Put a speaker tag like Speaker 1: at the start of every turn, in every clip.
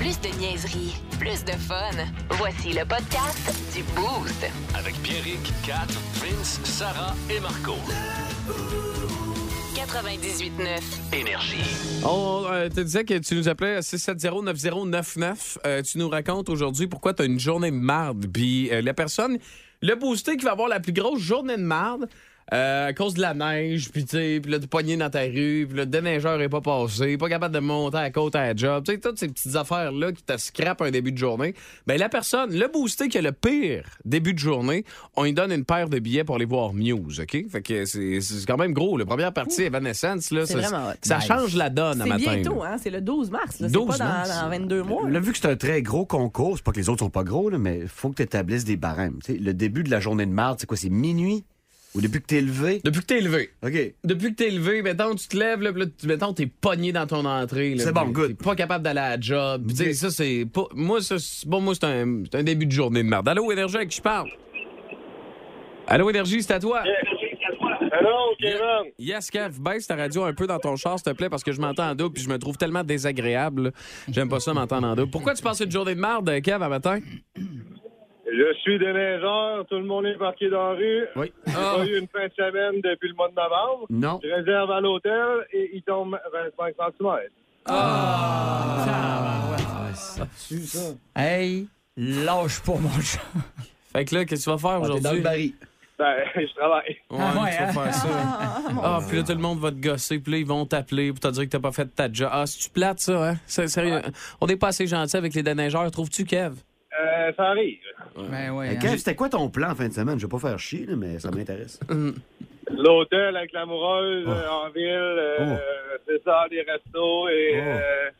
Speaker 1: Plus de niaiserie, plus de fun. Voici le podcast du Boost.
Speaker 2: Avec Pierrick, Kat, Vince, Sarah et Marco.
Speaker 1: 98.9.
Speaker 2: Énergie.
Speaker 3: On euh, te disait que tu nous appelais à 670-9099. Euh, tu nous racontes aujourd'hui pourquoi tu as une journée de marde. Puis euh, la personne, le boosté qui va avoir la plus grosse journée de marde euh, à cause de la neige, puis tu sais, puis là, de pogner dans ta rue, puis le déneigeur est pas passé, pas capable de monter à la côte à la job. Tu sais, toutes ces petites affaires-là qui te scrapent un début de journée. Ben la personne, le boosté qui a le pire début de journée, on lui donne une paire de billets pour aller voir Muse, OK? Fait que c'est c'est quand même gros. La première partie, Evanescence, là,
Speaker 4: C'est
Speaker 3: ça,
Speaker 4: vraiment hot.
Speaker 3: ça change la donne à
Speaker 4: C'est
Speaker 3: matin.
Speaker 4: bientôt,
Speaker 3: là.
Speaker 4: hein? C'est le 12 mars. là. C'est
Speaker 3: 12
Speaker 4: pas dans,
Speaker 3: mars.
Speaker 4: dans 22 mois.
Speaker 5: Là, vu que c'est un très gros concours, c'est pas que les autres sont pas gros, là, mais il faut que tu établisses des barèmes. Tu sais, le début de la journée de marde, c'est quoi? C'est minuit? Ou depuis que t'es levé?
Speaker 3: Depuis que t'es élevé.
Speaker 5: OK.
Speaker 3: Depuis que t'es élevé, mettons, tu te lèves, là, puis là, tu- mettons, t'es pogné dans ton entrée. là,
Speaker 5: C'est bon,
Speaker 3: puis
Speaker 5: good.
Speaker 3: T'es pas capable d'aller à la job. Puis, tu sais,
Speaker 5: Ok.
Speaker 3: ça, c'est. pas- Moi, ça, c'est- bon, moi, c'est un, c'est un début de journée de merde. Allô, Énergie, avec qui je parle? Allô, Énergie, c'est à toi.
Speaker 6: Hello, Kevin.
Speaker 3: Yes, Kev, baisse ta radio un peu dans ton char, s'il te plaît, parce que je m'entends en double, puis je me trouve tellement désagréable. là. J'aime pas ça m'entendre en double. Pourquoi tu passes une journée de merde, euh, Kev, à matin?
Speaker 6: Je suis déneigeur, tout le monde est parqué dans la rue.
Speaker 5: Oui.
Speaker 6: J'ai pas
Speaker 3: Ah.
Speaker 6: eu une fin de semaine depuis le mois de novembre.
Speaker 5: Non.
Speaker 6: Je réserve à l'hôtel et il tombe 25 cm.
Speaker 3: Ah.
Speaker 7: Ah, Hey, lâche pas mon chat.
Speaker 3: Fait que là, qu'est-ce que tu vas
Speaker 6: Ah,
Speaker 3: faire
Speaker 5: T'es dans le
Speaker 3: aujourd'hui?
Speaker 5: baril.
Speaker 6: Ben, je travaille.
Speaker 3: Ouais,
Speaker 7: Ah ouais,
Speaker 3: tu vas
Speaker 7: hein?
Speaker 3: faire ça. Ah, puis là, tout le monde va te gosser, puis là, ils vont t'appeler pour te dire que t'as pas fait ta job. Ah, c'est-tu plate, ça, hein? C'est- sérieux.
Speaker 7: Ah.
Speaker 3: On n'est pas assez gentil avec les déneigeurs, trouves-tu, Kev?
Speaker 6: Euh, ça arrive.
Speaker 7: Ben ouais.
Speaker 5: Hey,
Speaker 7: hein.
Speaker 5: Kev, c'était quoi ton plan en fin de semaine? Je vais pas faire chier, là, mais ça m'intéresse.
Speaker 6: L'hôtel avec
Speaker 5: Oh.
Speaker 6: l'amoureuse euh, en ville, euh, c'est ça, les restos et
Speaker 5: Oh.
Speaker 6: euh,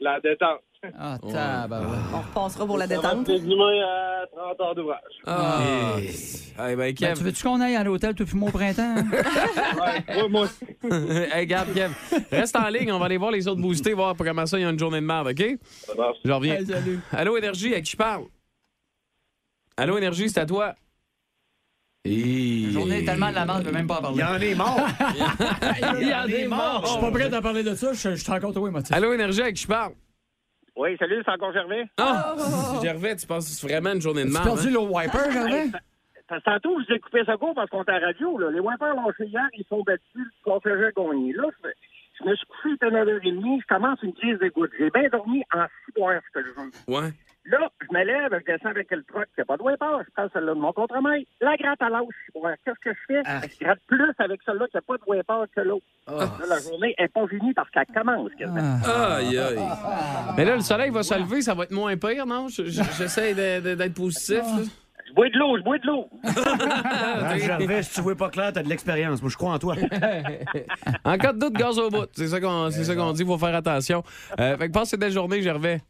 Speaker 6: la détente.
Speaker 7: Ah, tabarouette.
Speaker 4: On repassera pour la
Speaker 6: Ça va
Speaker 4: détente.
Speaker 6: se résumer à 30 heures d'ouvrage.
Speaker 3: Ah! Eh ben,
Speaker 7: Ben,
Speaker 3: Kev.
Speaker 7: tu veux-tu qu'on aille à l'hôtel depuis mon printemps? hein?
Speaker 6: Ouais, moi, moi aussi.
Speaker 3: hey, garde, Kev. Reste en ligne, on va aller voir les autres boostés, voir pour comment ça, il y a une journée de merde, OK?
Speaker 6: Ça marche.
Speaker 3: J'en reviens.
Speaker 7: Hey, salut.
Speaker 3: Allô, Énergie, à qui je parle? Allô, Énergie, c'est à toi.
Speaker 7: La journée est tellement de la merde, je veux même pas en
Speaker 5: Il y
Speaker 7: parler.
Speaker 5: en est mort!
Speaker 7: Il y a des morts! Je suis pas prêt à parler de ça, je je suis encore trop émotif.
Speaker 3: Allô, Énergie, à qui je parle?
Speaker 6: Oui, salut, c'est encore Gervais.
Speaker 3: Ah! Gervais, tu penses que c'est vraiment une journée de
Speaker 7: Tu as
Speaker 3: merde?
Speaker 7: Oh. perdu
Speaker 3: hein?
Speaker 7: le wiper, Gervais?
Speaker 6: Parce que tantôt, je vous ai coupé ça court parce qu'on était à la radio. Là. Les Wipers l'ont fait hier, ils sont battus, qu'on faisait gagner. Là, je, me- je me suis couché, il était 9h30, je commence une crise de gouttes. J'ai bien dormi en 6 heures, ce que je veux.
Speaker 3: Ouais.
Speaker 6: Là, je me lève, je descends avec le truck, c'est pas de Wiper, je prends celle-là de mon contre-mail. La gratte à l'âge, qu'est-ce que je
Speaker 7: Ah.
Speaker 6: fais? Je gratte plus avec celle-là qui a pas de Wiper que l'autre.
Speaker 7: Oh.
Speaker 6: Là, La journée n'est pas finie parce qu'elle commence.
Speaker 7: Ah.
Speaker 6: quasiment.
Speaker 3: Aïe, aïe. Mais là, le soleil va se lever, ça va être moins pire, non? Je- je- J'essaie de- de- d'être positif. là.
Speaker 6: Je bois de l'eau, je bois de l'eau.
Speaker 5: Ah, Gervais, si tu vois pas clair, t'as de l'expérience. Moi, je crois en toi.
Speaker 3: En cas de doute, gaz au bout. C'est ça qu'on c'est ça qu'on dit, faut faire attention. Euh, fait que passe une belle journée, Gervais.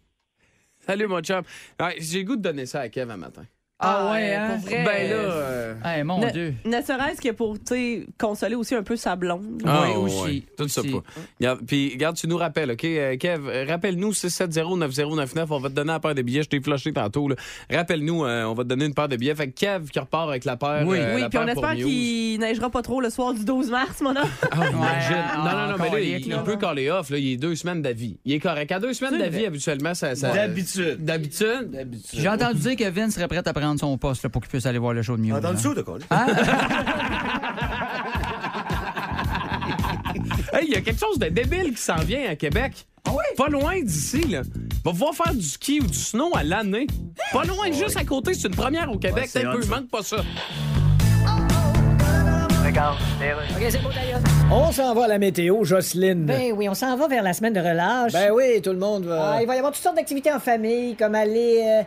Speaker 3: Salut, mon chum. Ouais, J'ai le goût de donner ça à Kev un matin.
Speaker 7: Ah ouais, hein?
Speaker 4: pour vrai.
Speaker 3: Ben là... euh,
Speaker 7: Hey, mon Dieu.
Speaker 4: Ne, ne serait-ce que pour tu sais, consoler aussi un peu sa blonde.
Speaker 3: ah,
Speaker 7: ouais, aussi,
Speaker 3: Tout ça
Speaker 7: aussi.
Speaker 3: pas. Regarde, Puis, regarde, tu nous rappelles, OK? Euh, Kev, euh, rappelle-nous 670-9099. On va te donner la paire de billets. Je t'ai flushé tantôt. là. Rappelle-nous, euh, on va te donner une paire de billets. Fait que Kev qui repart avec la paire.
Speaker 7: Oui.
Speaker 3: euh,
Speaker 4: oui,
Speaker 3: la
Speaker 4: puis on
Speaker 3: paire pour
Speaker 4: espère
Speaker 3: Muse.
Speaker 4: qu'il neigera pas trop le soir du 12 mars, mon homme.
Speaker 3: Ah, imagine.
Speaker 7: ah,
Speaker 3: non, non, non, mais là,
Speaker 7: colique,
Speaker 3: il,
Speaker 7: là.
Speaker 3: il peut caller off. Là, il est deux semaines d'avis. Il est correct. À deux semaines
Speaker 4: C'est
Speaker 3: d'avis,
Speaker 4: vrai.
Speaker 3: habituellement, ça. ça-
Speaker 5: D'habitude.
Speaker 3: D'habitude.
Speaker 5: D'habitude.
Speaker 7: J'ai entendu dire que Vince serait prêt à prendre son poste là, pour qu'il puisse aller voir le show de Muse.
Speaker 5: Ah, Dans le
Speaker 7: hein.
Speaker 5: sous, de quoi?
Speaker 3: Hey, il y a quelque chose de débile qui s'en vient à Québec.
Speaker 7: Ah oui?
Speaker 3: Pas loin d'ici, là. Va pouvoir faire du ski ou du snow à l'année. Pas loin, juste à côté. C'est une première au Québec.
Speaker 5: Ah Ouais, c'est
Speaker 3: Peut-être
Speaker 5: hot,
Speaker 3: que je
Speaker 5: ça.
Speaker 3: manque pas ça.
Speaker 8: On s'en va à la météo, Jocelyne.
Speaker 9: Ben oui, on s'en va vers la semaine de relâche.
Speaker 8: Ben oui, tout le monde va.
Speaker 9: Ah, il va y avoir toutes sortes d'activités en famille, comme aller euh,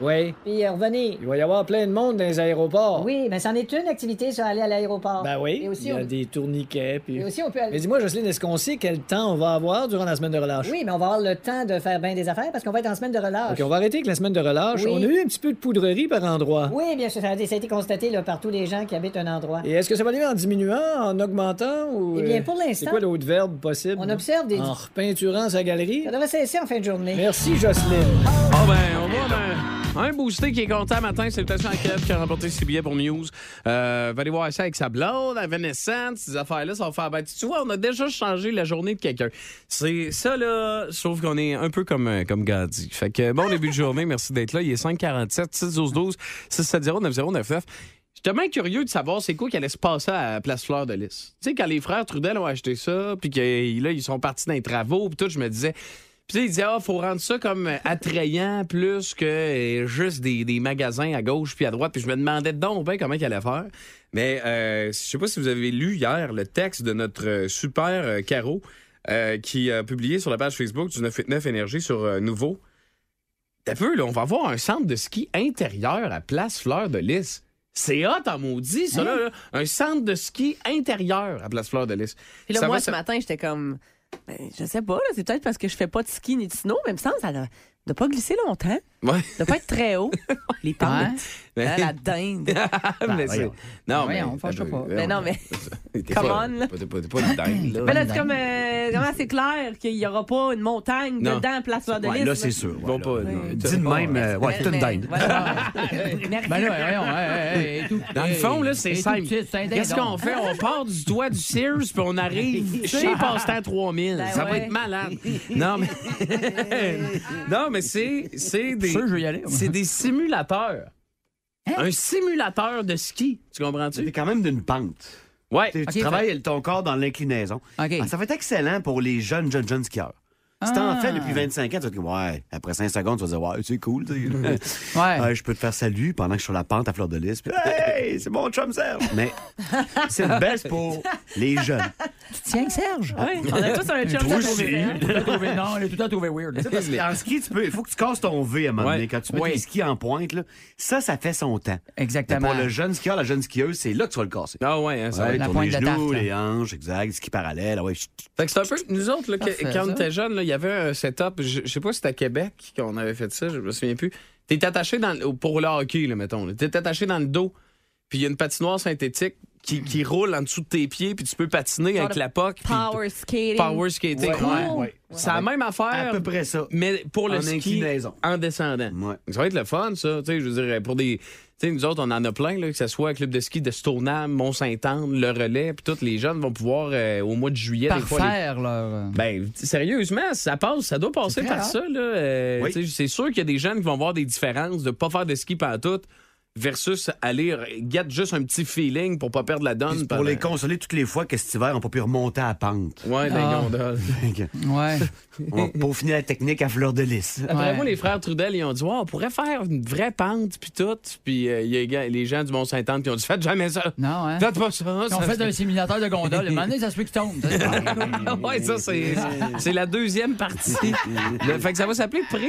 Speaker 8: Oui,
Speaker 9: puis euh, revenir.
Speaker 8: il va y avoir plein de monde dans les aéroports.
Speaker 9: Oui, mais c'en est une activité, ça, aller à l'aéroport.
Speaker 8: Oh. Ben
Speaker 9: Et
Speaker 8: oui, il
Speaker 9: aussi,
Speaker 8: y a
Speaker 9: on,
Speaker 8: des tourniquets. Puis...
Speaker 9: et aussi, on peut
Speaker 8: Mais
Speaker 9: aller.
Speaker 8: dis-moi, Jocelyne, est-ce qu'on sait quel temps on va avoir durant la semaine de relâche?
Speaker 9: Oui, mais on va avoir le temps de faire bien des affaires parce qu'on va être en semaine de relâche.
Speaker 8: OK, on va arrêter avec la semaine de relâche.
Speaker 9: Oui.
Speaker 8: On a eu un petit peu de poudrerie par endroit.
Speaker 9: Oui, bien sûr, ça a, ça a été constaté là, par tous les gens qui habitent un endroit.
Speaker 8: Et est-ce que ça va aller en diminuant, en augmentant ou.
Speaker 9: Eh bien,
Speaker 8: euh,
Speaker 9: pour
Speaker 8: C'est
Speaker 9: l'instant,
Speaker 8: quoi l'autre verbe possible?
Speaker 9: on observe des.
Speaker 8: En repeinturant sa galerie?
Speaker 9: Ça devrait cesser en fin de journée.
Speaker 8: Merci, Jocelyne.
Speaker 3: Oh ben, Ah, on va, ben, Un boosté qui est content matin, salutations à Kev qui a remporté ses billets pour Muse. Euh, va aller voir ça avec sa blonde, à Vanessa, ces affaires-là, ça va faire battre. Tu vois, on a déjà changé la journée de quelqu'un. C'est ça, là, sauf qu'on est un peu comme, euh, comme Gandhi. Fait que bon début de journée, merci d'être là. Il est 547 612 12 670 9099. J'étais bien curieux de savoir c'est quoi qui allait se passer à Place Fleur de Lys. Tu sais, quand les frères Trudel ont acheté ça, puis que là, ils sont partis dans les travaux, puis tout, je me disais, puis tu sais, il disait, ah, faut rendre ça comme attrayant plus que euh, juste des, des magasins à gauche puis à droite. Puis je me demandais donc ben comment il allait faire. Mais euh, je sais pas si vous avez lu hier le texte de notre euh, super euh, Caro euh, qui a publié sur la page Facebook du 989 Énergie sur euh, Nouveau. T'as peu, là, on va avoir un centre de ski intérieur à Place Fleur de Lys. C'est hot en maudit, ça, là,
Speaker 4: Hein?
Speaker 3: là. Un centre de ski intérieur à Place Fleur de Lys.
Speaker 4: Puis là,
Speaker 3: Ça
Speaker 4: moi,
Speaker 3: va,
Speaker 4: ce
Speaker 3: ça-
Speaker 4: matin, j'étais comme. Ben, je sais pas, là, c'est peut-être parce que je fais pas de ski ni de snow, mais il me semble que ça ne doit pas glisser longtemps.
Speaker 3: Ouais.
Speaker 4: Ça doit pas être très haut. Les pentes.
Speaker 3: Ben,
Speaker 4: Ah, la dinde.
Speaker 3: Ah, mais c'est-
Speaker 8: voyons.
Speaker 3: Non,
Speaker 9: Voyons, fâche-toi pas.
Speaker 3: Euh,
Speaker 4: Mais non, mais
Speaker 3: T'es
Speaker 4: Come
Speaker 3: pas-
Speaker 4: on, là.
Speaker 3: pas- T'es pas, t'es pas une dingue, là.
Speaker 4: mais Ben là, c'est comme. euh, comment c'est clair qu'il y aura pas une montagne
Speaker 3: Non.
Speaker 4: dedans, place Fleur de
Speaker 5: Ouais,
Speaker 4: Lys?
Speaker 5: là, c'est sûr.
Speaker 3: Ils
Speaker 5: ouais,
Speaker 3: vont
Speaker 5: là.
Speaker 3: pas. non, ils-
Speaker 5: Dis de même, euh, ouais, c'est une dinde.
Speaker 4: Merci.
Speaker 7: Ben là, voyons, hey, hey, hey, et tout
Speaker 3: Dans le
Speaker 7: petit,
Speaker 3: fond, là,
Speaker 7: et
Speaker 3: c'est
Speaker 7: tout
Speaker 3: simple.
Speaker 7: petit, c'est un
Speaker 3: Qu'est-ce
Speaker 7: dindon.
Speaker 3: qu'on fait? On part du toit du Sears, puis on arrive chez Passe-temps 3000.
Speaker 4: Ben
Speaker 3: ça va
Speaker 4: ouais.
Speaker 3: être malade. Non, mais... non, mais c'est c'est des...
Speaker 7: Sûr, je vais y aller.
Speaker 3: C'est des simulateurs. Un simulateur de ski. Tu
Speaker 5: T'es
Speaker 3: comprends-tu?
Speaker 5: quand même d'une pente.
Speaker 3: Ouais.
Speaker 5: Tu tu
Speaker 7: fait-
Speaker 5: travailles ton corps dans l'inclinaison.
Speaker 7: OK.
Speaker 5: Ah, ça va être excellent pour les jeunes, jeunes, jeunes skieurs. Si t'en
Speaker 7: Ah.
Speaker 5: fais depuis 25 ans, tu vas te dire, ouais, après 5 secondes, tu vas dire, ouais, c'est cool. tu sais.
Speaker 7: Ouais.
Speaker 5: Ah, je peux te faire salut pendant que je suis sur la pente à fleur de lys. puis, hey, c'est mon chum Serge. Mais c'est le best pour les jeunes.
Speaker 7: Tiens, Serge.
Speaker 4: Ouais, Ah on a tous un chum
Speaker 5: Toi
Speaker 4: de trouver, hein?
Speaker 7: Tout à trouvé- Non, il est tout à trouvé weird.
Speaker 5: En ski, tu peux, il faut que tu casses ton V à un moment donné.
Speaker 3: Ouais.
Speaker 5: Quand tu mets
Speaker 7: Ouais.
Speaker 5: tes skis en pointe, là, ça, ça fait son temps. Mais
Speaker 7: Exactement.
Speaker 5: pour le jeune skieur, la jeune skieuse, c'est là que tu vas le casser.
Speaker 3: Ah ouais, hein, ça va
Speaker 5: Ouais,
Speaker 7: la
Speaker 5: tourne
Speaker 7: pointe
Speaker 5: les
Speaker 7: de tarte,
Speaker 5: genoux,
Speaker 7: là.
Speaker 5: les hanches, exact, ski parallèle. ah Ouais, chut,
Speaker 3: Fait que c'est un peu nous autres, là, que-
Speaker 7: Parfait,
Speaker 3: quand on
Speaker 7: ça.
Speaker 3: était jeunes, là, il y avait un setup, je, je sais pas si c'était à Québec qu'on avait fait ça, je me souviens plus. T'es attaché dans le- pour le hockey, là, mettons. là. T'es attaché dans le dos, puis il y a une patinoire synthétique qui, qui roule en dessous de tes pieds, puis tu peux patiner avec
Speaker 4: de
Speaker 3: la POC. puis-
Speaker 4: Power skating.
Speaker 3: Power skating.
Speaker 5: Ouais, ouais, ouais.
Speaker 3: C'est la même affaire.
Speaker 5: à peu près ça.
Speaker 3: Mais pour le
Speaker 5: En
Speaker 3: ski
Speaker 5: inclinaison.
Speaker 3: en descendant.
Speaker 5: Ouais.
Speaker 3: Ça va être le fun, ça. Tu sais, je veux dire, pour des. Tu sais, nous autres, on en a plein, là, que ce soit club de ski de Stoneham, Mont-Saint-Anne, le relais, puis tous les jeunes vont pouvoir, euh, au mois de juillet, des fois, les-
Speaker 7: Parfaire leur.
Speaker 3: ben, t- sérieusement, ça passe, ça doit passer par ça. là. Euh,
Speaker 5: Oui.
Speaker 3: tu sais, C'est sûr qu'il y a des jeunes qui vont voir des différences de pas faire de ski pantoute versus aller r- get juste un petit feeling pour pas perdre la
Speaker 5: Puis
Speaker 3: donne.
Speaker 5: pour les
Speaker 3: pendant-
Speaker 5: consoler toutes les fois que cet hiver, on n'a pas pu remonter à la pente.
Speaker 3: Ouais, des
Speaker 7: Ah.
Speaker 3: gondoles.
Speaker 7: Ouais.
Speaker 5: On va peaufiner la technique à fleur de lys.
Speaker 3: Après
Speaker 7: Ouais.
Speaker 3: moi, les frères Trudel, ils ont dit, Ouais, on pourrait faire une vraie pente, puis tout. Puis euh, il y a les gars- les gens du Mont-Saint-Anne qui ont dit, faites jamais ça.
Speaker 7: Non, hein.
Speaker 3: Faites pas ça.
Speaker 7: Ils ont
Speaker 3: ça-
Speaker 7: fait un séminateur de gondole. Le moment donné, ça se peut qu'ils tombent.
Speaker 3: ouais, ça, c'est, c'est la deuxième partie. Le- fait que ça va s'appeler pré-ski.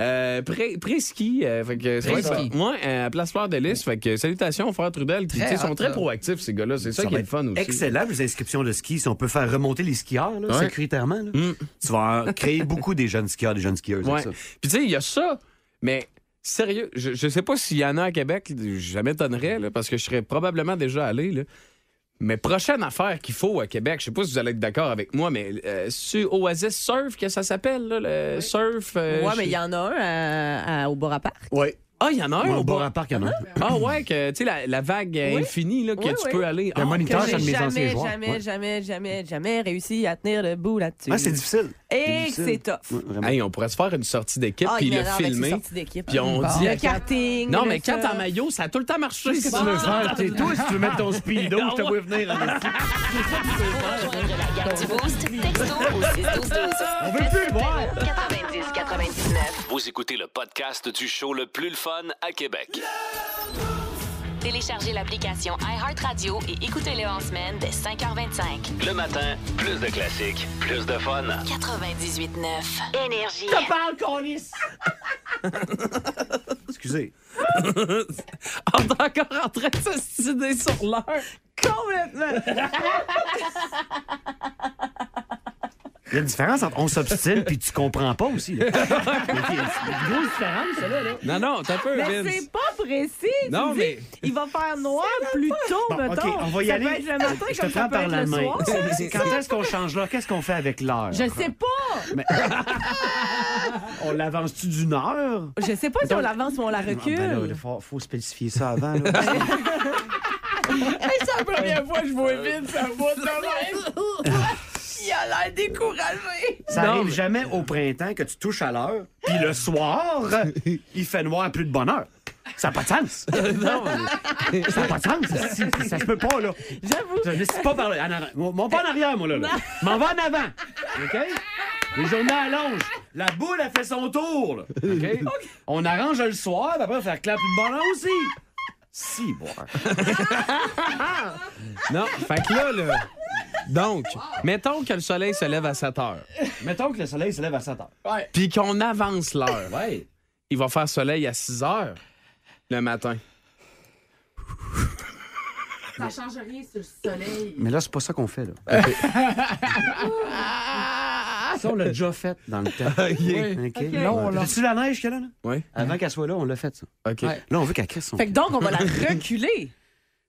Speaker 3: Euh, pré- pré-ski. euh, fait que,
Speaker 7: Pré-ski.
Speaker 3: Moi, euh, à Place Fleur de Lys. Fait que, salutations, frère Trudel. Qui, tu
Speaker 7: Très
Speaker 3: sais, sont
Speaker 7: hot,
Speaker 3: très
Speaker 7: là.
Speaker 3: proactifs, ces gars-là. C'est ça,
Speaker 5: Ça
Speaker 3: qui
Speaker 5: va
Speaker 3: est le
Speaker 5: être
Speaker 3: fun aussi.
Speaker 5: Excellent, les inscriptions de ski, si on peut faire remonter les skieurs là,
Speaker 3: Ouais. Mm.
Speaker 5: sécuritairement. là. Tu vas en Ah, créer beaucoup des jeunes skieurs, des jeunes skieuses.
Speaker 3: Ouais.
Speaker 5: avec ça.
Speaker 3: Puis, tu sais, il y a ça, mais. Sérieux, je, je sais pas s'il y en a à Québec, je m'étonnerais, là, parce que je serais probablement déjà allé. Là. Mais prochaine affaire qu'il faut à Québec, je sais pas si vous allez être d'accord avec moi, mais euh, sur Oasis Surf, que ça s'appelle, là, le surf. euh,
Speaker 4: Ouais, mais
Speaker 3: je-
Speaker 4: il y en a un
Speaker 5: euh,
Speaker 4: à- à- au Bora Park.
Speaker 5: Ouais.
Speaker 3: Ah, il y en a un
Speaker 5: Moi,
Speaker 3: au
Speaker 5: au
Speaker 3: bord-
Speaker 5: bord à parc, il y en a un.
Speaker 3: Ah ouais, que tu sais, la, la vague euh, infinie là, que
Speaker 4: Oui,
Speaker 3: tu
Speaker 4: oui.
Speaker 3: peux aller. Ah,
Speaker 5: moniteur,
Speaker 3: que
Speaker 5: ça un
Speaker 4: J'ai
Speaker 5: de
Speaker 3: j'ai-
Speaker 5: mes anciens
Speaker 4: jamais,
Speaker 5: joueurs.
Speaker 4: jamais,
Speaker 5: Ouais.
Speaker 4: jamais, jamais, jamais réussi à tenir le bout là-dessus.
Speaker 5: Ah, c'est difficile.
Speaker 4: Et que
Speaker 5: difficile.
Speaker 4: c'est tough.
Speaker 5: Ouais, vraiment.
Speaker 3: Hey, on pourrait se faire une sortie d'équipe
Speaker 4: Ah,
Speaker 3: puis
Speaker 4: il
Speaker 3: le
Speaker 4: m'énerve avec ses
Speaker 3: filmer.
Speaker 4: sorties d'équipe.
Speaker 3: Puis on
Speaker 7: Bon.
Speaker 3: dit à
Speaker 4: Le
Speaker 3: Kat-
Speaker 4: karting.
Speaker 3: Non,
Speaker 4: le
Speaker 3: mais quand en
Speaker 4: surf.
Speaker 3: maillot, ça a tout le temps marché.
Speaker 5: Qu'est-ce que tu veux faire? T'es toi, si tu veux mettre ton speedo,
Speaker 3: Ah
Speaker 5: je te vois venir. en esti.
Speaker 1: Pour rejoindre la garde du Boost, texto au 61212.
Speaker 5: On veut plus le voir.
Speaker 1: 90 99.
Speaker 2: Vous écoutez le podcast du show le plus le fun à Québec.
Speaker 1: Téléchargez l'application iHeartRadio et écoutez-le en semaine dès 5h25.
Speaker 2: Le matin, plus de classiques, plus de fun.
Speaker 1: 98.9. Énergie.
Speaker 5: Excusez.
Speaker 3: On est encore en train de s'assister sur l'heure.
Speaker 5: Il y a une différence entre on s'obstine puis tu comprends pas aussi. là.
Speaker 3: Non, non, t'as peu,
Speaker 4: Mais
Speaker 3: Vince.
Speaker 4: c'est pas précis. tu
Speaker 3: Non,
Speaker 4: me dis,
Speaker 3: mais-
Speaker 4: Il va faire noir plus tôt,
Speaker 5: Bon,
Speaker 4: mettons.
Speaker 5: OK, on va y
Speaker 4: ça
Speaker 5: aller.
Speaker 4: Peut être le matin,
Speaker 5: Je te
Speaker 4: comme ça
Speaker 5: prends
Speaker 4: peut
Speaker 5: par
Speaker 4: être
Speaker 5: la
Speaker 4: le
Speaker 5: main.
Speaker 4: soir.
Speaker 5: Quand est-ce qu'on change l'heure? Qu'est-ce qu'on fait avec l'heure?
Speaker 4: Je sais pas.
Speaker 5: Mais-
Speaker 8: On
Speaker 5: on l'avance-tu d'une heure?
Speaker 4: Je sais pas si on l'avance ou on la recule. Ben,
Speaker 5: Ah, ben là, il faut, faut spécifier ça avant. là.
Speaker 4: Ah,
Speaker 3: C'est la première fois que je vois vite sa voix de même.
Speaker 4: Il a l'air découragé.
Speaker 5: ça
Speaker 3: Non,
Speaker 5: arrive
Speaker 3: mais-
Speaker 5: jamais au printemps que tu touches à l'heure, puis le soir, il fait noir à plus de bonne heure. Ça n'a pas de sens.
Speaker 3: Non, mais-
Speaker 5: Ça n'a pas de sens. Ça, ça- ça se peut pas, là.
Speaker 4: J'avoue.
Speaker 5: Je ne suis pas par là. En arrière. Mon mon pas en arrière, moi, là. là. M'en va en avant. OK? Les journées allongent. La boule a fait son tour, là. OK? On arrange le soir, puis après, on va faire clap plus de bonne heure aussi. Si, bon.
Speaker 3: Non, fait que là, là, Donc, mettons que le soleil se lève à 7 heures,
Speaker 5: Mettons que le soleil se lève à 7 heures.
Speaker 3: puis qu'on avance l'heure.
Speaker 5: Ouais.
Speaker 3: Il va faire soleil à 6 heures le matin.
Speaker 10: Ça change rien sur le soleil.
Speaker 5: Mais là, c'est pas ça qu'on fait, là. Ah! Ça, on l'a déjà fait dans le temps.
Speaker 3: OK.
Speaker 5: OK. Non, là. tu la neige qu'elle a, là?
Speaker 3: Ouais.
Speaker 5: Avant qu'elle soit là, on l'a fait, ça.
Speaker 3: OK.
Speaker 4: Ouais.
Speaker 5: Là, on veut qu'elle crisse son.
Speaker 4: Fait que donc, on va la reculer.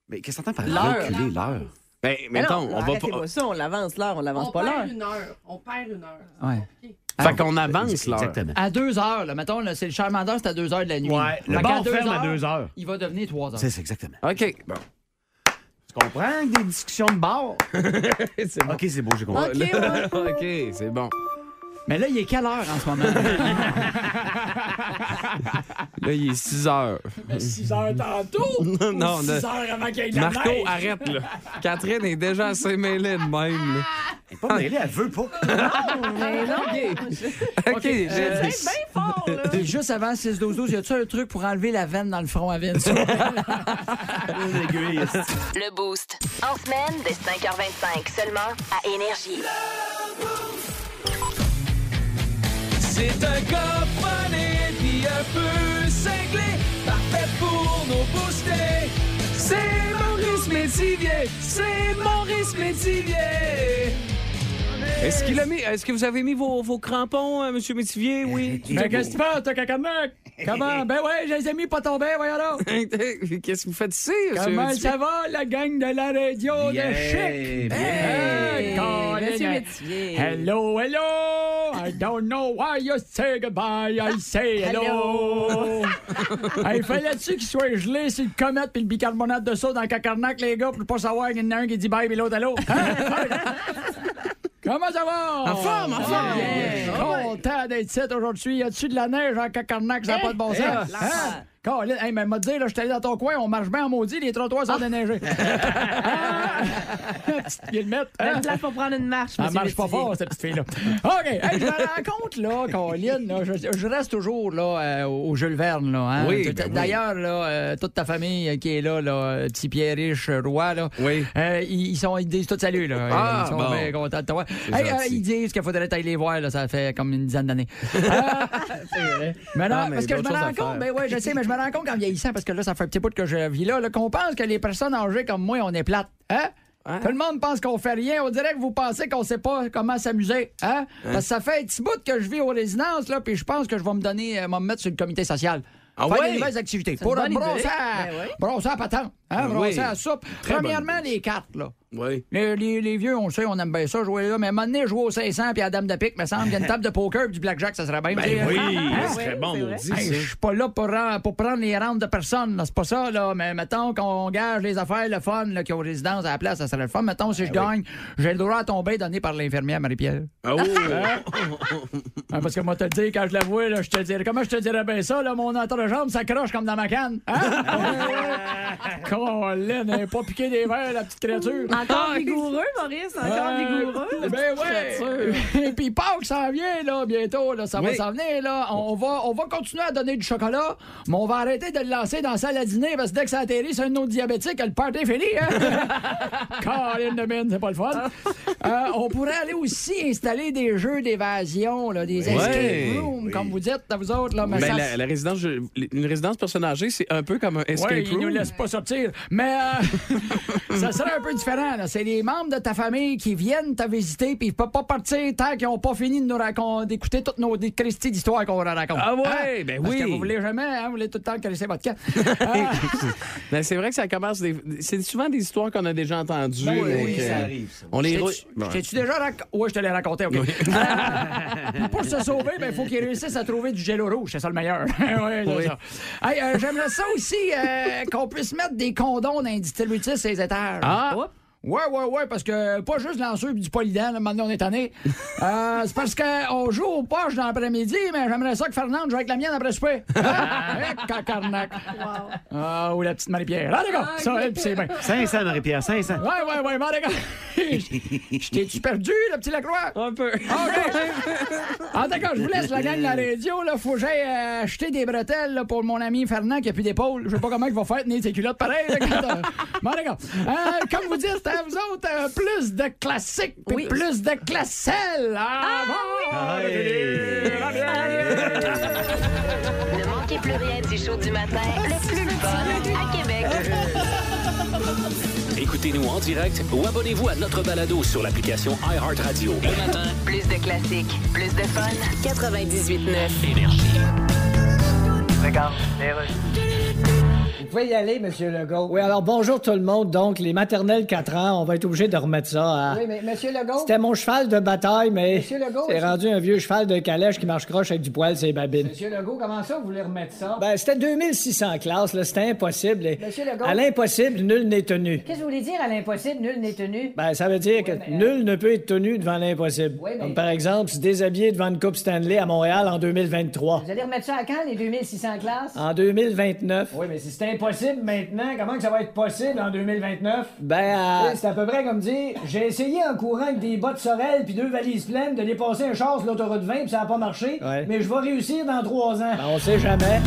Speaker 5: Mais qu'est-ce que t'entends par
Speaker 4: L'heure.
Speaker 5: reculer l'heure?
Speaker 3: Ben, mettons, on va
Speaker 4: pas
Speaker 3: pas.
Speaker 4: ça, on l'avance l'heure, on l'avance
Speaker 10: On
Speaker 4: pas l'heure.
Speaker 10: perd une heure. On perd une heure.
Speaker 7: Ouais.
Speaker 3: Fait qu'on avance l'heure.
Speaker 5: Exactement.
Speaker 10: À deux heures, là, mettons, là, c'est le charmander, c'est à deux heures de la nuit.
Speaker 5: Ouais, le
Speaker 10: Fait qu'à
Speaker 5: bar
Speaker 10: deux
Speaker 5: ferme à
Speaker 10: heures,
Speaker 5: deux heures.
Speaker 10: Il va devenir trois heures.
Speaker 5: C'est ça, exactement.
Speaker 3: OK. Bon.
Speaker 5: Tu comprends que des discussions de bar?
Speaker 3: C'est bon.
Speaker 5: OK, c'est beau, j'ai compris.
Speaker 4: OK, ouais.
Speaker 3: OK, c'est bon.
Speaker 10: Mais là, il est quelle heure en ce moment?
Speaker 3: Là, il est 6 heures.
Speaker 7: 6 Ben, heures tantôt!
Speaker 3: Non, non,
Speaker 7: Ou
Speaker 3: là-
Speaker 7: six heures avant qu'il y ait de la
Speaker 3: Marco,
Speaker 7: neige.
Speaker 3: arrête, là. Catherine est déjà assez mêlée de même, là.
Speaker 5: Elle est pas mêlée, elle veut pas.
Speaker 4: Mais non,
Speaker 3: OK, j'ai
Speaker 4: c'est bien fort, là.
Speaker 10: Et Euh, Juste avant 6-12-12, y a-tu un truc pour enlever la veine dans le front à Vince?
Speaker 5: L'aiguille.
Speaker 1: Le Boost. En semaine, dès 5h25, seulement à Énergie.
Speaker 3: C'est un gars pané puis un peu cinglé, parfait pour nos booster. C'est Maurice Métivier, c'est Maurice Métivier. Est-ce qu'il a mis, est-ce que vous avez mis vos, vos crampons, M. Monsieur Métivier? Oui.
Speaker 7: Mais qu'est-ce que tu fais, t'as caca de mec? Comment? Ben ouais, je les ai mis pas tomber, voyons donc!
Speaker 3: Qu'est-ce que vous faites ici, Monsieur
Speaker 7: Comment
Speaker 3: Métivier?
Speaker 7: ça va, la gang de la radio de chic? Hey, Colin.
Speaker 4: Monsieur Métivier.
Speaker 7: Hello, hello! I don't know why you say goodbye, I say hello! hey, fallait-tu qu'il soit gelé sur le comète puis le bicarbonate de soude dans le cacarnac, les gars, pour pas savoir qu'il y en a un qui dit bye et l'autre hello? Hein? Comment ça va? Ah, En
Speaker 3: forme, en forme.
Speaker 7: Content d'être ici aujourd'hui. Y a-tu de la neige en cacarnac? Ça n'a pas de bon sens. Hein? Colin, hey, mais m'a dit, là, je suis allé dans ton coin, on marche bien en maudit, les trottoirs
Speaker 4: Ah.
Speaker 7: sont déneigés. Ah. Petite guillemette, hein?
Speaker 4: Même place pour Ben, prendre une marche,
Speaker 7: Ça
Speaker 4: monsieur
Speaker 7: marche pas
Speaker 4: Métivier.
Speaker 7: fort, cette petite fille-là. OK. Hey, je me rends compte, là, Colin, là, je, je reste toujours là, euh, au Jules Verne. Là, hein.
Speaker 3: Oui,
Speaker 7: Tout-
Speaker 3: ben oui.
Speaker 7: D'ailleurs, là, euh, toute ta famille euh, qui est là, là euh, petit Pierre Riche, euh, Roy, là,
Speaker 3: Oui.
Speaker 7: euh, ils, ils sont, ils disent tout salut. Là.
Speaker 3: Ah,
Speaker 7: ils sont
Speaker 3: bon.
Speaker 7: bien contents de toi.
Speaker 3: C'est
Speaker 7: Hey, euh,
Speaker 3: gentil.
Speaker 7: ils disent qu'il faudrait aller les voir. Là, ça fait comme une dizaine d'années. Ah, mais non,
Speaker 3: Ah, mais
Speaker 7: parce que je me
Speaker 3: d'autres choses à
Speaker 7: rends
Speaker 3: faire.
Speaker 7: compte, ben ouais, je sais, mais je me rends compte qu'en vieillissant, parce que là, ça fait un petit bout que je vis là, là, qu'on pense que les personnes âgées comme moi, on est plates. Hein?
Speaker 3: Hein?
Speaker 7: Tout le monde pense qu'on fait rien. On dirait que vous pensez qu'on sait pas comment s'amuser. Hein? Parce que ça fait un petit bout que je vis aux résidences, là, puis je pense que je vais me donner, euh, me mettre sur le comité social.
Speaker 3: Ah
Speaker 7: Faire
Speaker 3: ouais?
Speaker 7: des nouvelles activités. Pour
Speaker 4: une bonne
Speaker 7: brosser
Speaker 4: idée.
Speaker 7: à,
Speaker 4: Ben ouais.
Speaker 7: brosser à patente. Hein?
Speaker 3: Ben Oui.
Speaker 7: Brosser à soupe.
Speaker 3: Très bonne
Speaker 7: Premièrement, les cartes, là.
Speaker 3: Oui.
Speaker 7: Les, les- les vieux, on le sait, on aime bien ça, jouer là. Mais à un moment donné, jouer au 500 puis à la dame de pique, me semble qu'il y a une table de poker puis du blackjack, ça serait bien. tu sais, hein.
Speaker 3: Ben oui,
Speaker 7: Hein?
Speaker 3: ce serait bon,
Speaker 4: c'est
Speaker 3: maudit,
Speaker 7: Hey,
Speaker 3: ça.
Speaker 7: je suis pas là pour, ren- pour prendre les rentes de personne, là, c'est pas ça, là. Mais mettons qu'on gage les affaires, le fun, là, qui ont résidence à la place, ça serait le fun. Mettons, si je gagne, j'ai le droit à tomber donné par l'infirmière Marie-Pierre.
Speaker 6: Ah
Speaker 3: Oh!
Speaker 7: Hein, parce que moi, te le dis, quand je la vois, là, je te dirais, comment je te dirais bien ça, là, mon entrejambe s'accroche comme dans ma canne. Hein? Colin, elle est pas piqué des verres, la petite créature.
Speaker 3: Ah,
Speaker 7: Ah,
Speaker 4: Encore vigoureux, Maurice, encore
Speaker 3: Eh
Speaker 4: vigoureux.
Speaker 7: Ben ouais. Et puis Pâques s'en vient là bientôt là, ça va
Speaker 3: Oui.
Speaker 7: s'en venir là. On, on va on va continuer à donner du chocolat, mais on va arrêter de le lancer dans la salle à dîner parce que dès que ça atterrit sur un autre diabétique, le party est fini. Hein? Caroline de mine, c'est pas le fun. Euh, on pourrait aller aussi installer des jeux d'évasion là, des
Speaker 3: Oui.
Speaker 7: escape rooms comme vous dites là, vous autres là, mais
Speaker 3: Ben,
Speaker 7: ça-
Speaker 3: la, la résidence, je- une résidence personne âgée, c'est un peu comme un escape
Speaker 7: Ouais, ils
Speaker 3: room.
Speaker 7: nous laissent pas sortir. Mais euh, ça serait un peu différent. enfants, là, c'est les membres de ta famille qui viennent te visiter, puis ils peuvent pas partir tant qu'ils ont pas fini de nous raconter, d'écouter toutes nos cristies d'histoires qu'on leur raconte. Hein?
Speaker 3: Ah ouais, ben
Speaker 7: Parce que
Speaker 3: oui.
Speaker 7: vous voulez jamais, hein, vous voulez tout le temps crisser votre camp.
Speaker 3: Ben, c'est vrai que ça commence. des- C'est souvent des histoires qu'on a déjà entendues.
Speaker 5: Ben oui,
Speaker 3: donc,
Speaker 5: oui, ça
Speaker 3: euh,
Speaker 5: arrive, ça.
Speaker 3: On les.
Speaker 7: Je t'ai-
Speaker 3: re-
Speaker 7: je t'ai-tu déjà raconté? Oui, je te l'ai raconté, OK. Euh, puis pour se sauver, ben, il faut qu'ils réussissent à trouver du gelo rouge. C'est ça le meilleur. Ouais, c'est
Speaker 3: Oui.
Speaker 7: ça. Hey, euh, J'aimerais ça aussi euh, qu'on puisse mettre des condoms dans les distributrices et les étages.
Speaker 3: Ah!
Speaker 7: Oups. Ouais, ouais, ouais, parce que pas juste l'enjeu du polydent, là, maintenant on est tanné. Euh, c'est parce qu'on joue aux poches dans l'après-midi, mais j'aimerais ça que Fernande joue avec la mienne après souper. Ah, eh, cacarnac. Ah, ou la petite Marie-Pierre. Ah, les gars, ça, elle, puis c'est bien.
Speaker 5: 500, Marie-Pierre, 500.
Speaker 7: Ouais, ouais, ouais, bon, les gars. Je je t'ai-tu perdu, le petit Lacroix? Ah,
Speaker 3: Un peu.
Speaker 7: OK. En tout cas, Ah, je vous laisse la gang de la radio. Là. Faut que j'aille euh, acheter des bretelles là, pour mon ami Fernand qui a plus d'épaule. Je sais pas comment il va faire tenir ses culottes pareil. là, quand, euh, Bon, les gars. Euh, comme vous dites, hein, vous autres, euh, plus de classiques puis
Speaker 4: Oui.
Speaker 7: plus de classelles. Ah, bon,
Speaker 1: Ne manquez plus rien du show du matin, le plus le fun à Québec.
Speaker 2: Écoutez-nous en direct ou abonnez-vous à notre balado sur l'application iHeartRadio. Le matin,
Speaker 1: Plus de classiques, plus de fun. 98.9.
Speaker 2: énergie.
Speaker 9: Vous pouvez y aller, Monsieur Legault.
Speaker 8: Oui, alors bonjour tout le monde. Donc, les maternelles 4 ans, on va être obligé de remettre ça à.
Speaker 9: Oui, mais Monsieur Legault.
Speaker 8: ah. C'était mon cheval de bataille, mais
Speaker 9: Monsieur Legault,
Speaker 8: c'est
Speaker 9: monsieur-
Speaker 8: rendu un vieux cheval de calèche qui marche croche avec du poil, c'est babine.
Speaker 9: Monsieur Legault, comment ça vous voulez remettre ça?
Speaker 8: Ben, c'était 2600 classes, là, c'était impossible. et-
Speaker 9: Monsieur Legault.
Speaker 8: À l'impossible, nul n'est tenu.
Speaker 9: Qu'est-ce que vous voulez dire à l'impossible, nul n'est tenu?
Speaker 8: Ben, ça veut dire que
Speaker 9: mais, euh,
Speaker 8: nul ne peut être tenu devant l'impossible.
Speaker 9: Oui, mais-
Speaker 8: Comme par exemple, se déshabiller devant une Coupe Stanley à Montréal en 2023.
Speaker 9: Vous allez remettre ça à quand, les 2600 classes?
Speaker 8: En 2029.
Speaker 9: Oui, mais si c'est impossible maintenant, comment que ça va être possible en 2029?
Speaker 8: Ben, à-
Speaker 9: C'est à peu près comme dire j'ai essayé en courant avec des bottes sorel puis deux valises pleines de dépasser un char sur l'autoroute 20 puis ça n'a pas marché,
Speaker 8: Ouais.
Speaker 9: mais je vais réussir dans trois ans.
Speaker 8: ben, on sait jamais.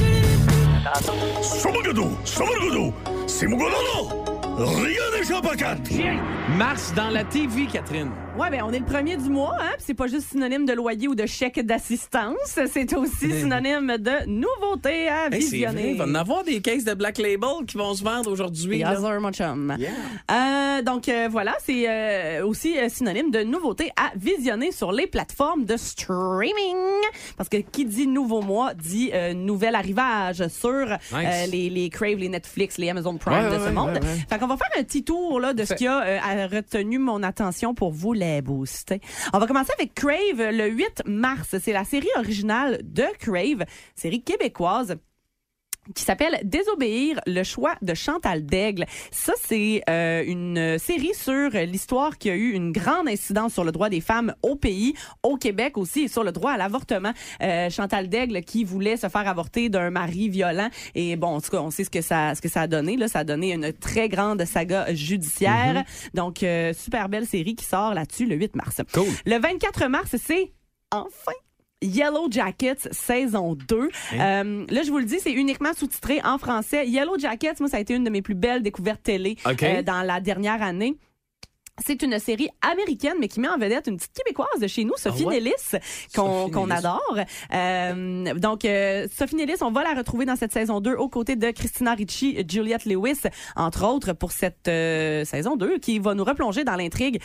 Speaker 3: Mars dans la TV, Catherine.
Speaker 4: Ouais, ben on est le premier du mois, hein, puis c'est pas juste synonyme de loyer ou de chèque d'assistance, c'est aussi synonyme de nouveauté à
Speaker 3: Hey, c'est vrai,
Speaker 4: visionner.
Speaker 3: il va en avoir des caisses de Black Label qui vont se vendre aujourd'hui. là.
Speaker 4: Yazur, mon chum. Euh, donc euh, voilà, c'est euh, aussi euh, synonyme de nouveauté à visionner sur les plateformes de streaming. Parce que qui dit nouveau mois dit euh, nouvel arrivage sur euh, les, les Crave, les Netflix, les Amazon Prime
Speaker 3: Ouais,
Speaker 4: de
Speaker 3: ouais,
Speaker 4: ce
Speaker 3: ouais,
Speaker 4: monde.
Speaker 3: ouais, ouais.
Speaker 4: Fait qu'on va faire un petit tour là, de ce qui a, euh, a retenu mon attention pour vous, les booster. On va commencer avec Crave euh, le 8 mars. C'est la série originale de Crave, série québécoise qui s'appelle Désobéir, le choix de Chantal Daigle. Ça, c'est euh, une série sur l'histoire qui a eu une grande incidence sur le droit des femmes au pays, au Québec aussi, et sur le droit à l'avortement. Euh, Chantal Daigle qui voulait se faire avorter d'un mari violent. Et bon, en tout cas, on sait ce que ça, ce que ça a donné. Là. Ça a donné une très grande saga judiciaire. Donc, euh, super belle série qui sort là-dessus le 8 mars.
Speaker 3: Cool.
Speaker 4: Le 24 mars, c'est enfin Yellow Jackets saison 2. Euh, là, je vous le dis, c'est uniquement sous-titré en français. Yellow Jackets, moi, ça a été une de mes plus belles découvertes télé
Speaker 3: OK.
Speaker 4: euh, dans la dernière année. C'est une série américaine, mais qui met en vedette une petite québécoise de chez nous, Sophie
Speaker 3: Ah ouais?
Speaker 4: Nellis, qu'on
Speaker 3: Sophie
Speaker 4: qu'on
Speaker 3: Nellis.
Speaker 4: adore. Euh, donc, euh, Sophie Nellis, on va la retrouver dans cette saison 2 aux côtés de Christina Ricci, Juliette Lewis, entre autres, pour cette euh, saison 2 qui va nous replonger dans l'intrigue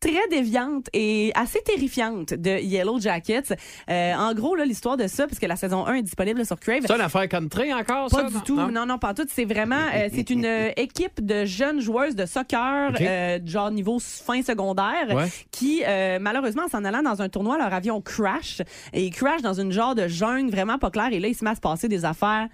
Speaker 4: très déviante et assez terrifiante de Yellow Jackets. Euh, en gros, là, l'histoire de ça, puisque la saison 1 est disponible sur Crave,
Speaker 3: C'est une affaire country encore, ça?
Speaker 4: pas du tout. Non, non, pas en tout. C'est vraiment, euh, c'est une euh, équipe de jeunes joueuses de soccer,
Speaker 3: OK.
Speaker 4: euh, genre niveau s- fin secondaire,
Speaker 3: Ouais.
Speaker 4: qui euh, malheureusement en s'en allant dans un tournoi, leur avion crash et ils crash dans une genre de jungle vraiment pas claire. Et là, il se met à se passer des affaires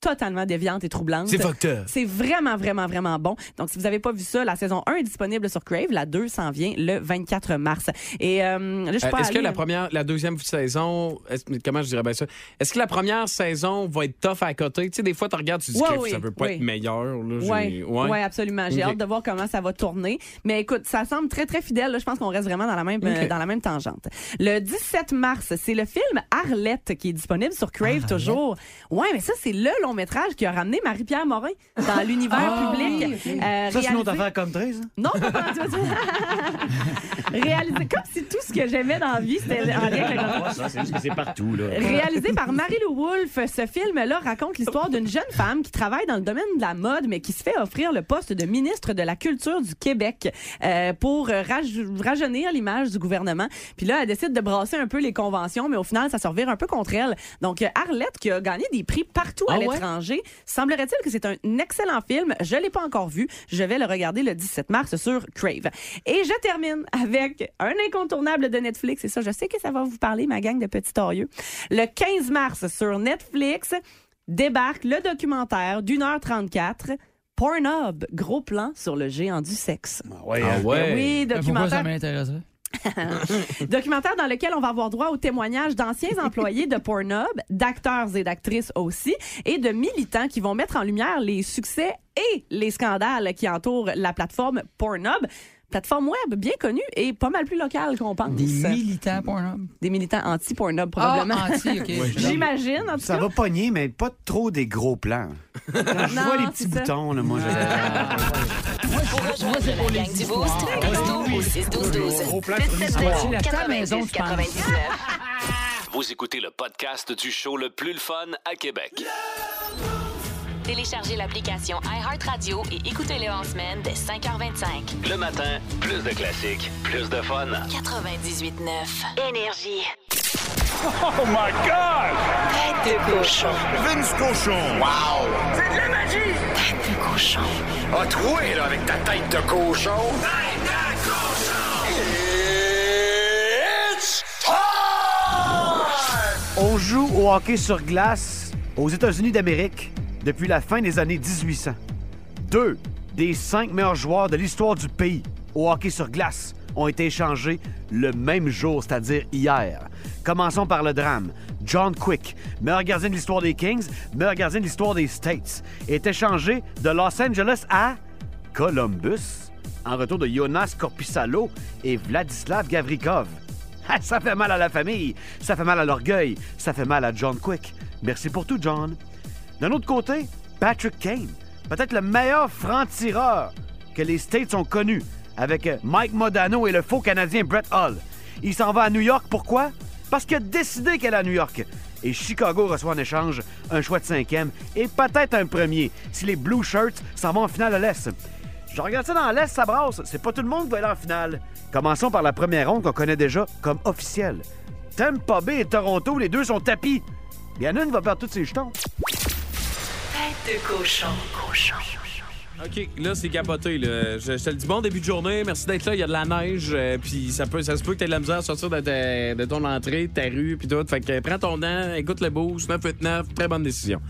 Speaker 4: totalement déviantes et troublantes.
Speaker 3: C'est facteur.
Speaker 4: C'est vraiment, vraiment, vraiment bon. Donc, si vous n'avez pas vu ça, la saison 1 est disponible sur Crave. La 2 s'en vient le 24 mars. Et euh, là, je suis pas
Speaker 3: Est-ce que
Speaker 4: allée-
Speaker 3: la première, la deuxième saison, est-ce- comment je dirais bien ça? Est-ce que la première saison va être tough à côté? Tu sais, des fois, tu regardes, tu te dis
Speaker 4: Ouais,
Speaker 3: Crif,
Speaker 4: oui,
Speaker 3: ça peut pas
Speaker 4: oui.
Speaker 3: être meilleur. Là, j'ai-
Speaker 4: Oui, ouais. ouais, absolument. J'ai
Speaker 3: Ok.
Speaker 4: hâte de voir comment ça va tourner. Mais écoute, ça semble très, très fidèle. là. Je pense qu'on reste vraiment dans la même, euh,
Speaker 3: Ok.
Speaker 4: dans la même tangente. Le 17 mars, c'est le film Arlette qui est disponible sur Crave toujours. Ouais, mais ça, c'est le long long métrage qui a ramené Marie-Pierre Morin dans l'univers public. euh,
Speaker 5: Ah, Ça, c'est une autre
Speaker 4: réalisé-
Speaker 5: affaire comme 13. hein?
Speaker 4: Non, pas pendant tout. Réalisé comme si tout ce que j'aimais dans la vie, c'était en lien avec le
Speaker 5: Ah, ça, c'est juste que c'est partout, là.
Speaker 4: Réalisé par Marie-Lou Wolfe, ce film-là raconte l'histoire d'une jeune femme qui travaille dans le domaine de la mode, mais qui se fait offrir le poste de ministre de la Culture du Québec euh, pour euh, raj- rajeunir l'image du gouvernement. Puis là, elle décide de brasser un peu les conventions, mais au final, ça se revire un peu contre elle. Donc, euh, Arlette, qui a gagné des prix partout à
Speaker 7: Ah ouais?
Speaker 4: l'étranger, semblerait-il que c'est un excellent film. Je l'ai pas encore vu. Je vais le regarder le 17 mars sur Crave. Et je termine avec un incontournable de Netflix. Et ça, je sais que ça va vous parler, ma gang de petits torieux. Le 15 mars sur Netflix débarque le documentaire d'une heure 34 Pornhub, gros plan sur le géant du sexe.
Speaker 5: Ouais,
Speaker 3: Ah
Speaker 5: hein.
Speaker 3: ouais.
Speaker 4: Ben Oui,
Speaker 7: Mais Euh, Pourquoi ça
Speaker 4: documentaire
Speaker 7: m'intéresserait?
Speaker 4: Documentaire dans lequel on va avoir droit aux témoignages d'anciens employés de Pornhub, d'acteurs et d'actrices aussi, et de militants qui vont mettre en lumière les succès et les scandales qui entourent la plateforme Pornhub. Plateforme web bien connue et pas mal plus locale qu'on pense.
Speaker 7: Des militants pour un homme.
Speaker 4: Des militants anti-Pornhub, probablement.
Speaker 7: Ah, anti, OK.
Speaker 4: J'imagine, en tout
Speaker 5: Ça
Speaker 4: cas.
Speaker 5: va pogner, mais pas trop des gros plans. Quand je
Speaker 4: Non,
Speaker 5: vois les
Speaker 4: c'est
Speaker 5: petits
Speaker 4: ça.
Speaker 5: boutons, là, moi,
Speaker 11: Euh,
Speaker 5: j'ai...
Speaker 1: Pour rejoindre la gang du Boost, texto au 61212.
Speaker 7: C'est la ta maison, tu
Speaker 1: 770
Speaker 7: parles.
Speaker 1: 99.
Speaker 2: Vous écoutez le podcast du show le plus le fun à Québec.
Speaker 1: Téléchargez l'application iHeartRadio et écoutez-le en semaine dès 5h25.
Speaker 2: Le matin, plus de classiques, plus de fun.
Speaker 1: 98.9. Énergie.
Speaker 11: Ah, troué, là, avec ta tête de cochon. Tête de cochon! It's time!
Speaker 5: On joue au hockey sur glace aux États-Unis d'Amérique depuis la fin des années 1800. Deux des cinq meilleurs joueurs de l'histoire du pays au hockey sur glace ont été échangés le même jour, c'est-à-dire hier. Commençons par le drame. John Quick, meilleur gardien de l'histoire des Kings, meilleur gardien de l'histoire des States, est échangé de Los Angeles à Columbus en retour de Jonas Korpisalo et Vladislav Gavrikov. Ah, Ça fait mal à la famille, ça fait mal à l'orgueil, ça fait mal à John Quick. Merci pour tout, John. D'un autre côté, Patrick Kane, peut-être le meilleur franc-tireur que les States ont connu, avec euh, Mike Modano et le faux Canadien Brett Hull. Il s'en va à New York, pourquoi? Parce qu'il a décidé qu'elle est à New York. Et Chicago reçoit en échange un choix de cinquième et peut-être un premier si les Blue Shirts s'en vont en finale à l'Est. Je regarde ça dans l'Est, ça brasse. C'est pas tout le monde qui va aller en finale. Commençons par la première ronde qu'on connaît déjà comme officielle. Tampa Bay et Toronto, les deux sont tapis. Il y en a une qui va perdre tous ses jetons.
Speaker 3: OK, là, c'est capoté. Là. Je, je te le dis, bon début de journée, merci d'être là. Il y a de la neige, euh, puis ça, peut, ça se peut que t'aies de la misère à sortir de, ta- de ton entrée, de ta rue, puis tout. Fait que euh, prends ton temps, écoute le boost, 989, très bonne décision.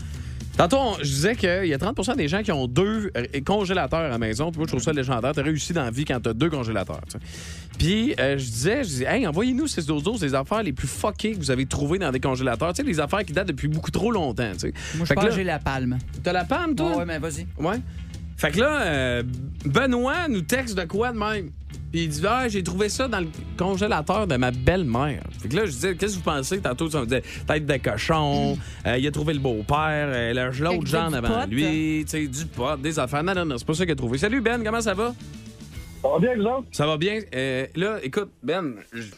Speaker 3: Tantôt, on- je disais qu'il y a 30 des gens qui ont deux euh, congélateurs à la maison. Puis moi, je trouve ça légendaire. T'as réussi dans la vie quand t'as deux congélateurs. tu sais. Puis euh, je disais, je disais, hey, envoyez-nous ces dosos les affaires les plus fuckées que vous avez trouvées dans des congélateurs. Tu sais, les affaires qui datent depuis beaucoup trop longtemps. tu sais.
Speaker 7: Moi, je
Speaker 3: Fait que
Speaker 7: pense
Speaker 3: là,
Speaker 7: que j'ai la palme.
Speaker 3: T'as la palme, toi?
Speaker 7: Ouais, ouais, mais vas-y.
Speaker 3: Ouais. Fait que là, euh, Benoît nous texte de quoi de même? Puis il dit Ah, j'ai trouvé ça dans le congélateur de ma belle-mère. Fait que là, je disais Qu'est-ce que vous pensez? Tantôt, ça me disait Tête de cochon,
Speaker 7: Mm.
Speaker 3: euh, il a trouvé le beau-père, euh, le- l'autre
Speaker 4: du
Speaker 3: genre avant
Speaker 4: pot.
Speaker 7: hein?
Speaker 3: lui, tu sais, du pot, des affaires. Non, non, non, c'est pas ça qu'il a trouvé. Salut Ben, comment ça va?
Speaker 12: Ça va bien, vous autres?
Speaker 3: Ça va bien. Euh, là, écoute, Ben, je-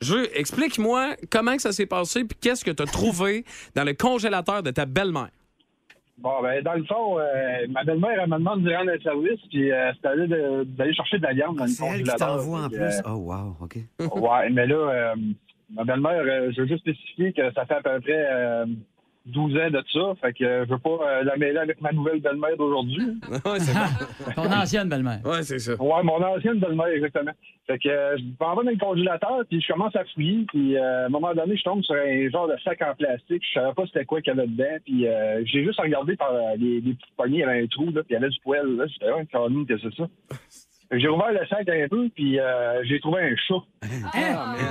Speaker 3: je veux- explique-moi comment que ça s'est passé, puis qu'est-ce que t'as trouvé dans le congélateur de ta belle-mère.
Speaker 12: Bon, ben, dans le fond, euh, ma belle-mère, elle me demande de rendre un service, puis euh, c'est allé de- d'aller chercher de la viande dans le
Speaker 5: Ah, C'est elle qui
Speaker 12: congélateur.
Speaker 5: t'envoie en
Speaker 12: Puis,
Speaker 5: plus. Oh, wow, OK.
Speaker 12: euh, ouais, mais là, euh, ma belle-mère, euh, je veux juste spécifier que ça fait à peu près euh, 12 ans de ça, fait que euh, je veux pas euh, la mêler avec ma nouvelle belle-mère d'aujourd'hui.
Speaker 3: ouais, c'est ça.
Speaker 7: Ton ancienne belle-mère.
Speaker 3: Ouais, c'est ça.
Speaker 12: Ouais, mon ancienne belle-mère, exactement. Fait que euh, je m'en vais dans le congélateur, puis je commence à fouiller, puis euh, à un moment donné, je tombe sur un genre de sac en plastique. Je savais pas c'était quoi qu'il y avait dedans, puis euh, j'ai juste regardé par euh, les, les petites poignées, il y avait un trou, là, puis il y avait du poêle, là. J'étais, ouais, Caroline, qu'est-ce que c'est ça? Fait que J'ai ouvert le sac un peu, puis euh, j'ai trouvé un chat.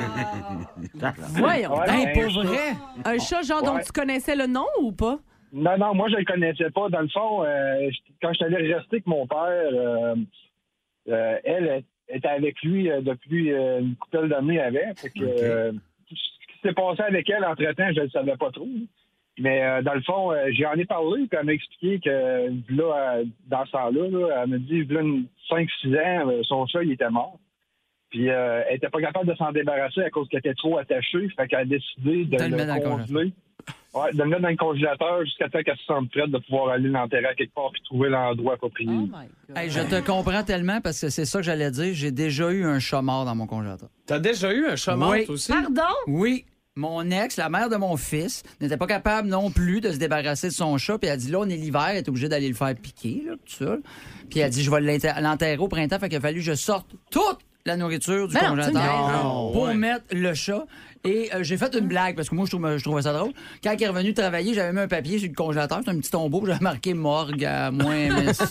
Speaker 12: Ah.
Speaker 4: Voyons.
Speaker 12: Ouais,
Speaker 7: Hein,
Speaker 12: un
Speaker 7: pour
Speaker 12: chat.
Speaker 7: vrai?
Speaker 4: Un chat, genre, dont
Speaker 12: Ouais.
Speaker 4: tu connaissais le nom ou pas?
Speaker 12: Non, non, moi, je le connaissais pas. Dans le fond, euh, je- quand je suis allé rester avec mon père, euh, euh, elle était avec lui euh, depuis euh, une couple d'années avant. Fait que, euh, tout ce qui s'est passé avec elle entre-temps, je ne le savais pas trop. Mais euh, dans le fond, euh, j'en ai parlé, puis elle m'a expliqué que là, euh, dans ce temps-là, là, elle m'a dit, là, 5-6 ans, euh, son chat, il était mort. Puis euh, elle était pas capable de s'en débarrasser à cause qu'elle était trop attachée. Fait qu'elle a décidé de,
Speaker 7: De le
Speaker 12: le,
Speaker 7: mettre dans le
Speaker 12: congeler. Ouais, de le mettre dans le congélateur jusqu'à temps qu'elle se sente prête de pouvoir aller l'enterrer à quelque part puis trouver l'endroit approprié.
Speaker 7: Hey, je te comprends tellement parce que c'est ça que j'allais dire. J'ai déjà eu un chat mort dans mon congélateur.
Speaker 3: T'as déjà eu un chat mort,
Speaker 7: Oui.
Speaker 3: toi aussi?
Speaker 4: Pardon?
Speaker 7: Oui. Mon ex, la mère de mon fils, n'était pas capable non plus de se débarrasser de son chat. Puis elle a dit, là, on est l'hiver, elle est obligée d'aller le faire piquer, là, tout ça. Puis elle a dit, je vais l'inter- l'enterrer au printemps. Fait qu'il a fallu que je sorte toute la nourriture du
Speaker 13: Ben non, tu me
Speaker 7: congélateur
Speaker 13: niaises. Non,
Speaker 7: pour
Speaker 13: ouais.
Speaker 7: mettre le chat. Et euh, j'ai fait une blague, parce que moi, je, trouve- je trouvais ça drôle. Quand il est revenu travailler, j'avais mis un papier sur le congélateur, c'est un petit tombeau, j'avais marqué morgue à moins... mais ça.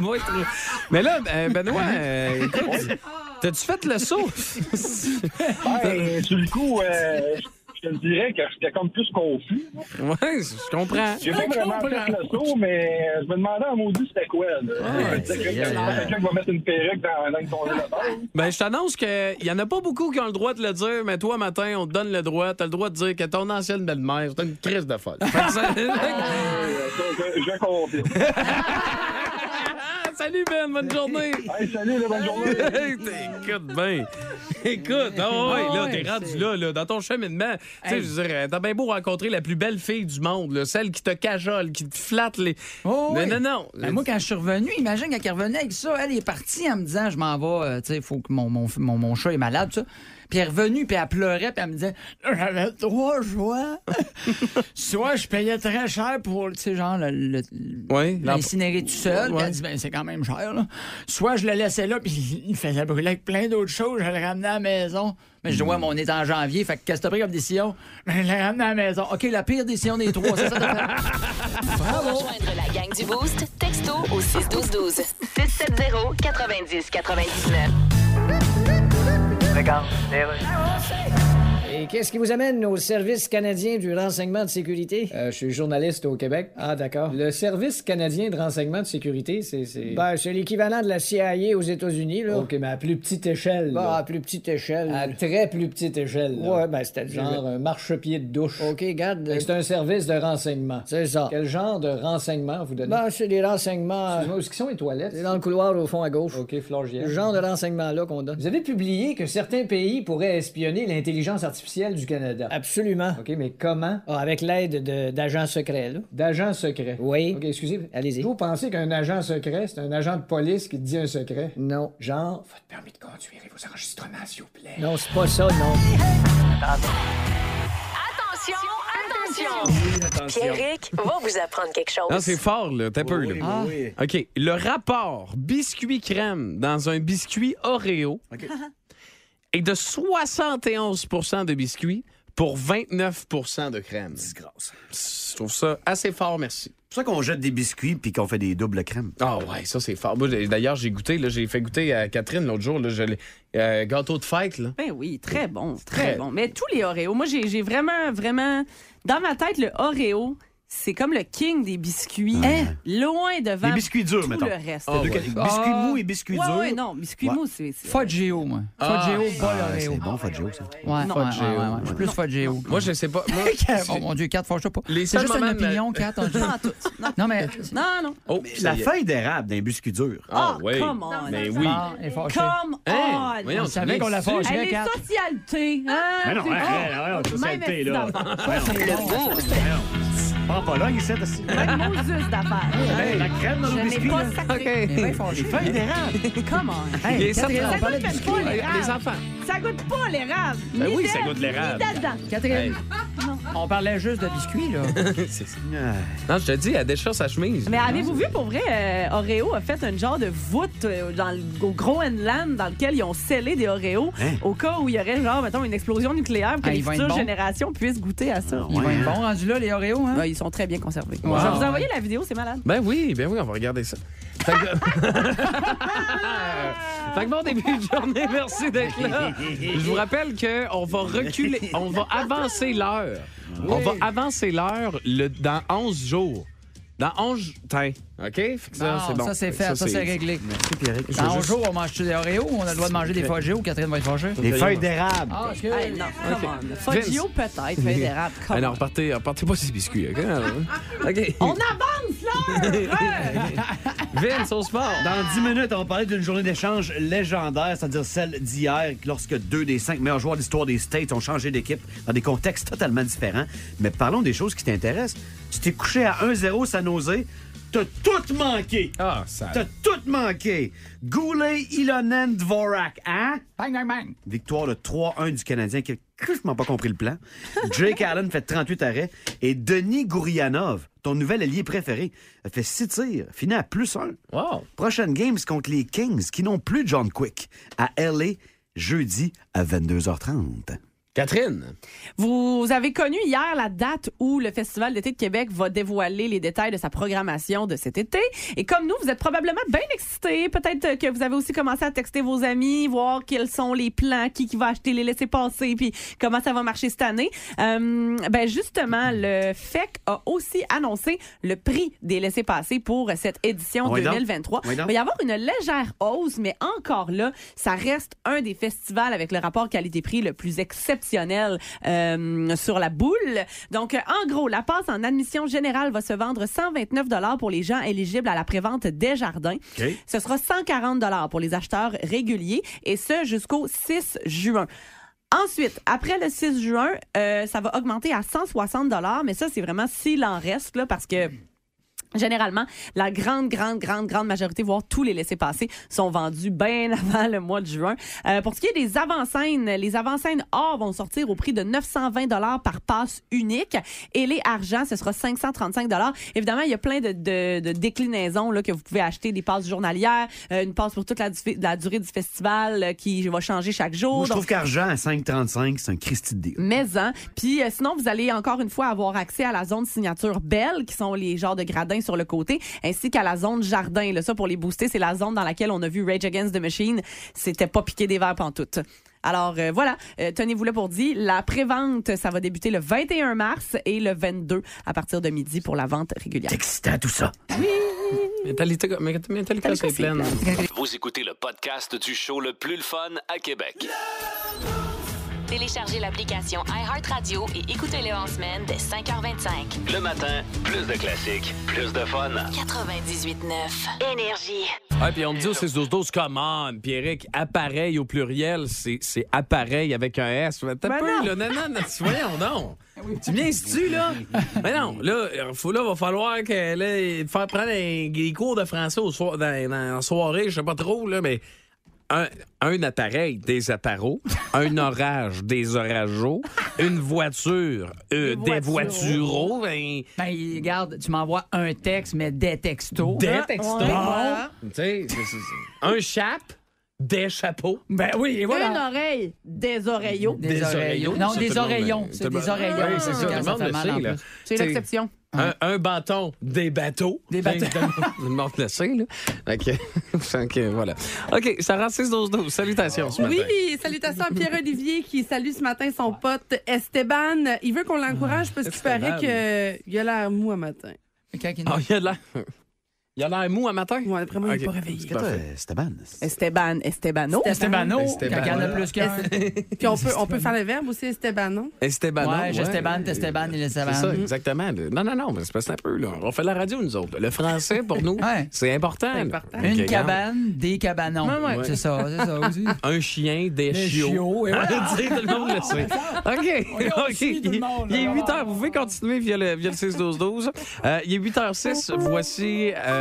Speaker 3: Moi, je trouve- Mais là, euh, Benoît,
Speaker 7: Ah.
Speaker 3: euh, écoute, t'as-tu fait le saut?
Speaker 12: Ben, sur le coup, euh, je te dirais que j'étais comme plus confus.
Speaker 3: Ouais, je comprends.
Speaker 12: J'ai pas vraiment fait le saut, mais je me demandais à maudit c'était quoi. Là. Je me disais, quelqu'un quelqu'un va mettre une perruque dans, dans le congélateur.
Speaker 3: Ben, je t'annonce qu'il y en a pas beaucoup qui ont le droit de le dire, mais toi, matin, on te donne le droit. T'as le droit de dire que ton ancienne belle-mère, c'est une crise de folle. Fait que ça-
Speaker 12: Je, je confirme.
Speaker 3: salut, Ben, bonne journée.
Speaker 12: salut, bonne journée.
Speaker 3: écoute, ben. Écoute, oh, ouais,
Speaker 7: Ah
Speaker 3: là,
Speaker 7: ouais,
Speaker 3: t'es rendu là, là, dans ton cheminement. Tu sais,
Speaker 7: Hey.
Speaker 3: je veux dire, t'as bien beau rencontrer la plus belle fille du monde, là, celle qui te cajole, qui te flatte les.
Speaker 7: Oh, oui.
Speaker 3: Non, non, non.
Speaker 7: Ben, moi, quand je suis revenu, imagine quand elle revenait avec ça, elle est partie en me disant Je m'en vais, euh, tu sais, il faut que mon, mon, mon, mon chat est malade, tout ça. Puis elle est revenue, puis elle pleurait, puis elle me disait J'avais trois choix. Soit je payais très cher pour, tu sais, genre, le- le-
Speaker 3: Oui,
Speaker 7: l'incinérer tout seul. Puis
Speaker 13: Ouais.
Speaker 7: elle dit Ben, c'est quand même cher, là.
Speaker 13: Soit je le laissais là, puis il faisait brûler avec plein d'autres choses, je le ramenais à la maison.
Speaker 7: Mais je
Speaker 3: Hmm.
Speaker 7: dis Ouais, mais on est en janvier, fait que qu'est-ce que t'as pris comme décision Ben, Je le ramenais à la maison. OK, la pire décision des trois, c'est ça t'as fait.
Speaker 1: Pour rejoindre la gang du Boost, texto au 612-12. 670-90-99.
Speaker 8: Regarde, Et qu'est-ce qui vous amène au Service canadien du renseignement de sécurité? Euh, je suis journaliste au Québec. Ah, d'accord. Le Service canadien de renseignement de sécurité, c'est. Ben, c'est l'équivalent de la CIA aux États-Unis, là. OK, mais à plus petite échelle.
Speaker 9: là.
Speaker 8: à plus petite échelle. À très plus petite échelle, Ouais, ben, c'était Genre un marchepied de douche. OK, garde. C'est un service de renseignement. C'est ça. Quel genre de renseignement vous donnez? Ben, c'est des renseignements. Excuse-moi, où est-ce qu'ils sont les toilettes? C'est dans le couloir au fond à gauche. OK,
Speaker 9: Florgière.
Speaker 8: Ce genre de renseignement-là qu'on donne. Vous avez publié que certains pays pourraient espionner l'intelligence artificielle du Canada. Absolument. OK, mais comment? avec l'aide d'agents secrets, là. D'agents secrets? Oui. OK, excusez. Allez-y. Vous pensez qu'un agent secret, c'est un agent de police qui dit un secret? Non. Genre, votre permis de conduire et vos enregistrements, s'il vous plaît. Non, c'est pas ça, non.
Speaker 1: Attention, attention! Pierrick va vous apprendre quelque chose.
Speaker 3: Non, c'est fort, là. T'as peu,
Speaker 1: Oui,
Speaker 3: là.
Speaker 1: oui,
Speaker 3: OK. Le rapport biscuit-crème dans un biscuit Oreo
Speaker 8: Ah.
Speaker 3: est de 71 de biscuit pour 29 de crème. Disgrâce. Je trouve ça assez fort, merci.
Speaker 5: C'est pour ça qu'on jette des biscuits puis qu'on fait des doubles crèmes.
Speaker 3: Ah ouais, ça c'est fort. Moi, j'ai- D'ailleurs, j'ai goûté, là, j'ai fait goûter à Catherine l'autre jour, là, je l'ai- euh, gâteau de fête. Là.
Speaker 4: Ben oui, très bon, très,
Speaker 3: Très
Speaker 4: bon. Mais tous les Oreos, moi j'ai j'ai vraiment, vraiment, dans ma tête, le Oreo, c'est comme le king des biscuits, Hein? loin devant
Speaker 5: Des biscuits durs,
Speaker 4: tout
Speaker 5: mettons.
Speaker 4: le reste.
Speaker 5: Ah, Deux ouais. ca- biscuits mous et biscuits
Speaker 4: ouais,
Speaker 5: durs.
Speaker 4: Ouais, non, biscuits
Speaker 5: Ouais.
Speaker 4: mous, c'est... c'est-
Speaker 7: Fudgeo, moi. Fudgeo, pas
Speaker 5: Ah,
Speaker 7: l'Oreo.
Speaker 5: C'est bon, Fudgeo, ça.
Speaker 7: Ouais,
Speaker 3: Non.
Speaker 7: ouais, ouais,
Speaker 3: Fudgeo.
Speaker 7: ouais, ouais. Je suis plus Fudgeo.
Speaker 3: Moi, je sais pas. Moi,
Speaker 7: oh mon Dieu, 4 fois, je sais pas.
Speaker 3: Les
Speaker 7: C'est
Speaker 3: seuls
Speaker 7: juste une
Speaker 3: moments de ma-
Speaker 7: opinion, 4. Non, mais.
Speaker 4: Non, non.
Speaker 3: Oh,
Speaker 5: Mais
Speaker 3: ça
Speaker 5: la
Speaker 3: y est.
Speaker 5: feuille d'érable d'un biscuit dur.
Speaker 3: Ah, oui.
Speaker 4: come on.
Speaker 3: Mais oui.
Speaker 7: elle est fâchée.
Speaker 4: Come
Speaker 7: Hein?
Speaker 4: on!
Speaker 7: Voyons, On savait qu'on la tu l'as dit. fâchait,
Speaker 4: Elle est
Speaker 7: Kat.
Speaker 4: socialité, hein?
Speaker 5: Mais Ben non,
Speaker 4: C'est-
Speaker 5: ouais,
Speaker 4: Oh!
Speaker 5: ouais, ouais, ouais, socialité,
Speaker 4: Même
Speaker 5: là. Ah,
Speaker 4: astuce d'affaires.
Speaker 5: Pas pas là, il s'est assis.
Speaker 4: Même astuce d'affaires.
Speaker 5: Hey, la crème dans le
Speaker 4: Je
Speaker 5: biscuit.
Speaker 4: n'ai pas
Speaker 5: là.
Speaker 4: sacré.
Speaker 5: Les feuilles d'érable.
Speaker 4: Come on.
Speaker 5: Hey,
Speaker 4: ça
Speaker 5: Catherine, on
Speaker 4: goûte
Speaker 5: parlait de
Speaker 4: même
Speaker 5: biscuits.
Speaker 4: pas l'érable.
Speaker 5: Les enfants.
Speaker 4: Ça goûte pas l'érable.
Speaker 5: Ben
Speaker 4: Ni
Speaker 5: oui, ça
Speaker 4: d'elle,
Speaker 5: goûte l'érable.
Speaker 4: Ni dedans.
Speaker 7: Catherine. On parlait juste de biscuits, là.
Speaker 3: C'est ça. Non, je te dis, elle déchire sa chemise.
Speaker 4: Mais avez-vous vu, pour vrai, euh, Oreo a fait une genre de voûte euh, dans le, au Groenland dans lequel ils ont scellé des Oreos
Speaker 7: Hein?
Speaker 4: au cas où il y aurait, genre, mettons, une explosion nucléaire pour que
Speaker 7: Ah,
Speaker 4: les
Speaker 7: ils vont être
Speaker 4: futures
Speaker 7: bons.
Speaker 4: générations puissent goûter à
Speaker 5: Ah,
Speaker 4: ça. Ah,
Speaker 7: Ils vont être bons rendus là, les Oreos, hein?
Speaker 4: ils sont très bien conservés.
Speaker 3: Wow.
Speaker 4: Je vais vous envoyer la vidéo, c'est malade.
Speaker 3: Ben oui, ben oui, on va regarder ça. Fait que, Fait que bon début de journée, merci d'être là. Je vous rappelle qu'on va reculer, on va avancer l'heure. On va avancer l'heure le- dans 11 jours. Dans 11 Tiens, OK? Fait que ça,
Speaker 14: Non,
Speaker 3: c'est bon.
Speaker 14: ça, c'est fait. Ça, c'est réglé.
Speaker 3: Merci, Pierrick. Je veux
Speaker 14: Dans un
Speaker 3: juste-
Speaker 14: jour, on mange-tu des Oreos ou on a le droit de manger des Foggio? Catherine va être fâchée.
Speaker 3: Des feuilles d'érable.
Speaker 14: Ah, est-ce que...
Speaker 4: Hey, non, come
Speaker 3: Ok.
Speaker 4: on. Foggio, peut-être. Feuille d'érable, come
Speaker 3: Ah non,
Speaker 4: on.
Speaker 3: repartez, repartez pas ces biscuits. OK? OK.
Speaker 4: On avance, là!
Speaker 3: Vince, au sport.
Speaker 5: Dans 10 minutes, on va parler d'une journée d'échange légendaire, c'est-à-dire celle d'hier, lorsque deux des cinq meilleurs joueurs de l'histoire des States ont changé d'équipe dans des contextes totalement différents. Mais parlons des choses qui t'intéressent. Tu t'es couché à 1-0 San Jose. T'as tout manqué.
Speaker 3: Ah, ça.
Speaker 5: T'as tout manqué. Goulet, Ilonen, Dvorak, hein?
Speaker 10: Bang, bang, bang.
Speaker 5: Victoire de 3-1 du Canadien qui a crûment pas compris le plan. Jake Allen fait 38 arrêts. Et Denis Gourianov, ton nouvel allié préféré, a fait 6 tirs, finit à plus 1. Prochaine game, c'est contre les Kings qui n'ont plus John Quick à LA jeudi à 22h30.
Speaker 3: Catherine.
Speaker 4: Vous avez connu hier la date où le Festival d'été de Québec va dévoiler les détails de sa programmation de cet été. Et comme nous, vous êtes probablement bien excités. Peut-être que vous avez aussi commencé à texter vos amis, voir quels sont les plans, qui, qui va acheter, les laisser passer, puis comment ça va marcher cette année. Euh, ben justement, le FEC a aussi annoncé le prix des laissés passer pour cette édition
Speaker 15: Oui donc.
Speaker 4: 2023.
Speaker 15: Oui donc.
Speaker 4: Ben, Il va y avoir une légère hausse, mais encore là, ça reste un des festivals avec le rapport qualité-prix le plus exceptionnel euh, sur la boule. Donc, euh, en gros, la passe en admission générale va se vendre 129 pour les gens éligibles à la prévente des jardins.
Speaker 15: OK.
Speaker 4: Ce sera 140 pour les acheteurs réguliers et ce jusqu'au 6 juin. Ensuite, après le 6 juin, euh, ça va augmenter à 160 mais ça, c'est vraiment s'il en reste, là, parce que Généralement, la grande, grande, grande, grande majorité, voire tous les laissés-passer, sont vendus bien avant le mois de juin. Euh, pour ce qui est des avant-scènes, les avant-scènes or vont sortir au prix de 920 par passe unique et les argent, ce sera 535 Évidemment, il y a plein de, de- de déclinaisons là, que vous pouvez acheter, des passes journalières, euh, une passe pour toute la, du- la durée du festival euh, qui va changer chaque jour.
Speaker 5: Moi, je
Speaker 4: Oh, Donc,
Speaker 5: trouve qu'argent à 5,35, c'est un Christy de deal.
Speaker 4: maison. Puis euh, sinon, vous allez encore une fois avoir accès à la zone signature belle, qui sont les genres de gradins sur le côté, ainsi qu'à la zone jardin. Là, ça, pour les booster, c'est la zone dans laquelle on a vu Rage Against the Machine. C'était pas piqué des verres pantoute. Alors euh, voilà, Euh, tenez-vous là pour dit. La prévente, ça va débuter le 21 mars et le 22 à partir de midi pour la vente régulière.
Speaker 5: Excitant tout ça.
Speaker 3: Mentalité, mentalité, c'est pleine.
Speaker 2: Vous écoutez le podcast du show le plus le fun à Québec.
Speaker 1: Téléchargez l'application iHeartRadio et écoutez-le en semaine dès 5h25.
Speaker 2: Le matin, plus de classiques, plus de fun.
Speaker 1: 98.9 Énergie.
Speaker 3: Ouais, puis on me dit oh, au 6-12-12, commande, Pierrick, ah, appareil au pluriel, c'est c'est appareil avec un S. T'as
Speaker 15: Ben
Speaker 3: peu,
Speaker 15: non.
Speaker 3: là, non, non, non, tu- voyons donc. Tu viens tu là? Mais non, là, il faut, là, va falloir que, là, faire prendre un- des cours de français au soir, dans, dans- en soirée, je sais pas trop, là, mais un, un appareil, des appareaux, un orage, des orageaux, une voiture, euh, des voitureaux, ben,
Speaker 14: Ben, regarde, tu m'envoies un texte, mais des textos.
Speaker 3: Des
Speaker 14: Ah,
Speaker 3: textos.
Speaker 14: ouais,
Speaker 3: Bon.
Speaker 14: voilà.
Speaker 3: Tu sais, c'est- c'est- c'est- un chape, des chapeaux.
Speaker 14: Ben oui, et voilà.
Speaker 4: Une oreille, des oreillos.
Speaker 14: Des Des oreillos. oreilllos. Non,
Speaker 3: Ça,
Speaker 14: des
Speaker 3: tout le monde-
Speaker 14: oreillons.
Speaker 3: tout
Speaker 14: C'est
Speaker 3: le
Speaker 14: des
Speaker 3: monde-
Speaker 14: oreillons.
Speaker 3: Oui, c'est ça.
Speaker 14: Regarde,
Speaker 3: Tout
Speaker 14: ça
Speaker 3: le monde
Speaker 14: fait
Speaker 3: le
Speaker 14: mal
Speaker 3: sait,
Speaker 14: en
Speaker 3: là.
Speaker 14: plus.
Speaker 4: C'est
Speaker 3: T'sais,
Speaker 4: l'exception.
Speaker 3: Un, un bâton, des bateaux. Des
Speaker 14: bateaux.
Speaker 3: Tout le monde le sait, là. OK. OK, voilà. OK, Sarah 6-12-12. Salutations ce matin.
Speaker 16: Oui, salutations à Pierre-Olivier qui salue ce matin son pote Esteban. Il veut qu'on
Speaker 14: Ah,
Speaker 16: l'encourage parce qu'il
Speaker 3: Esteban.
Speaker 16: paraît qu'il a l'air mou à matin.
Speaker 3: Ah, il y a de l'air. Il y a de l'air mou à matin?
Speaker 16: Ouais, vraiment,
Speaker 3: il n'est pas réveillé.
Speaker 14: euh,
Speaker 5: Esteban.
Speaker 4: Esteban, Estebano.
Speaker 14: Estebano, quand il y en a plus qu'un.
Speaker 16: Puis on peut, on peut faire le verbe aussi, Estebano.
Speaker 3: Esteban.
Speaker 14: Ouais, Esteban, Esteban et Esteban.
Speaker 3: C'est ça,
Speaker 14: Mhm.
Speaker 3: exactement. Le- Non, non, non, mais c'est pas ça un peu, là. On fait la radio, nous autres. Le français, pour nous, c'est important. là. Ah. OK,
Speaker 14: Une
Speaker 3: regarde.
Speaker 14: cabane, des cabanons.
Speaker 3: Ouais, ouais.
Speaker 14: C'est ça, c'est ça aussi.
Speaker 3: Un chien, des,
Speaker 14: Des
Speaker 3: chiots.
Speaker 14: chiots, et
Speaker 3: Hein,
Speaker 14: voilà.
Speaker 3: tu sais, tout le monde le sait. OK.
Speaker 14: On est
Speaker 3: OK.
Speaker 14: aussi, tout le monde,
Speaker 3: il est
Speaker 14: là.
Speaker 3: 8 h. Vous pouvez continuer via le, via le 6-12-12. Euh, il est 8 h 6. Voici euh,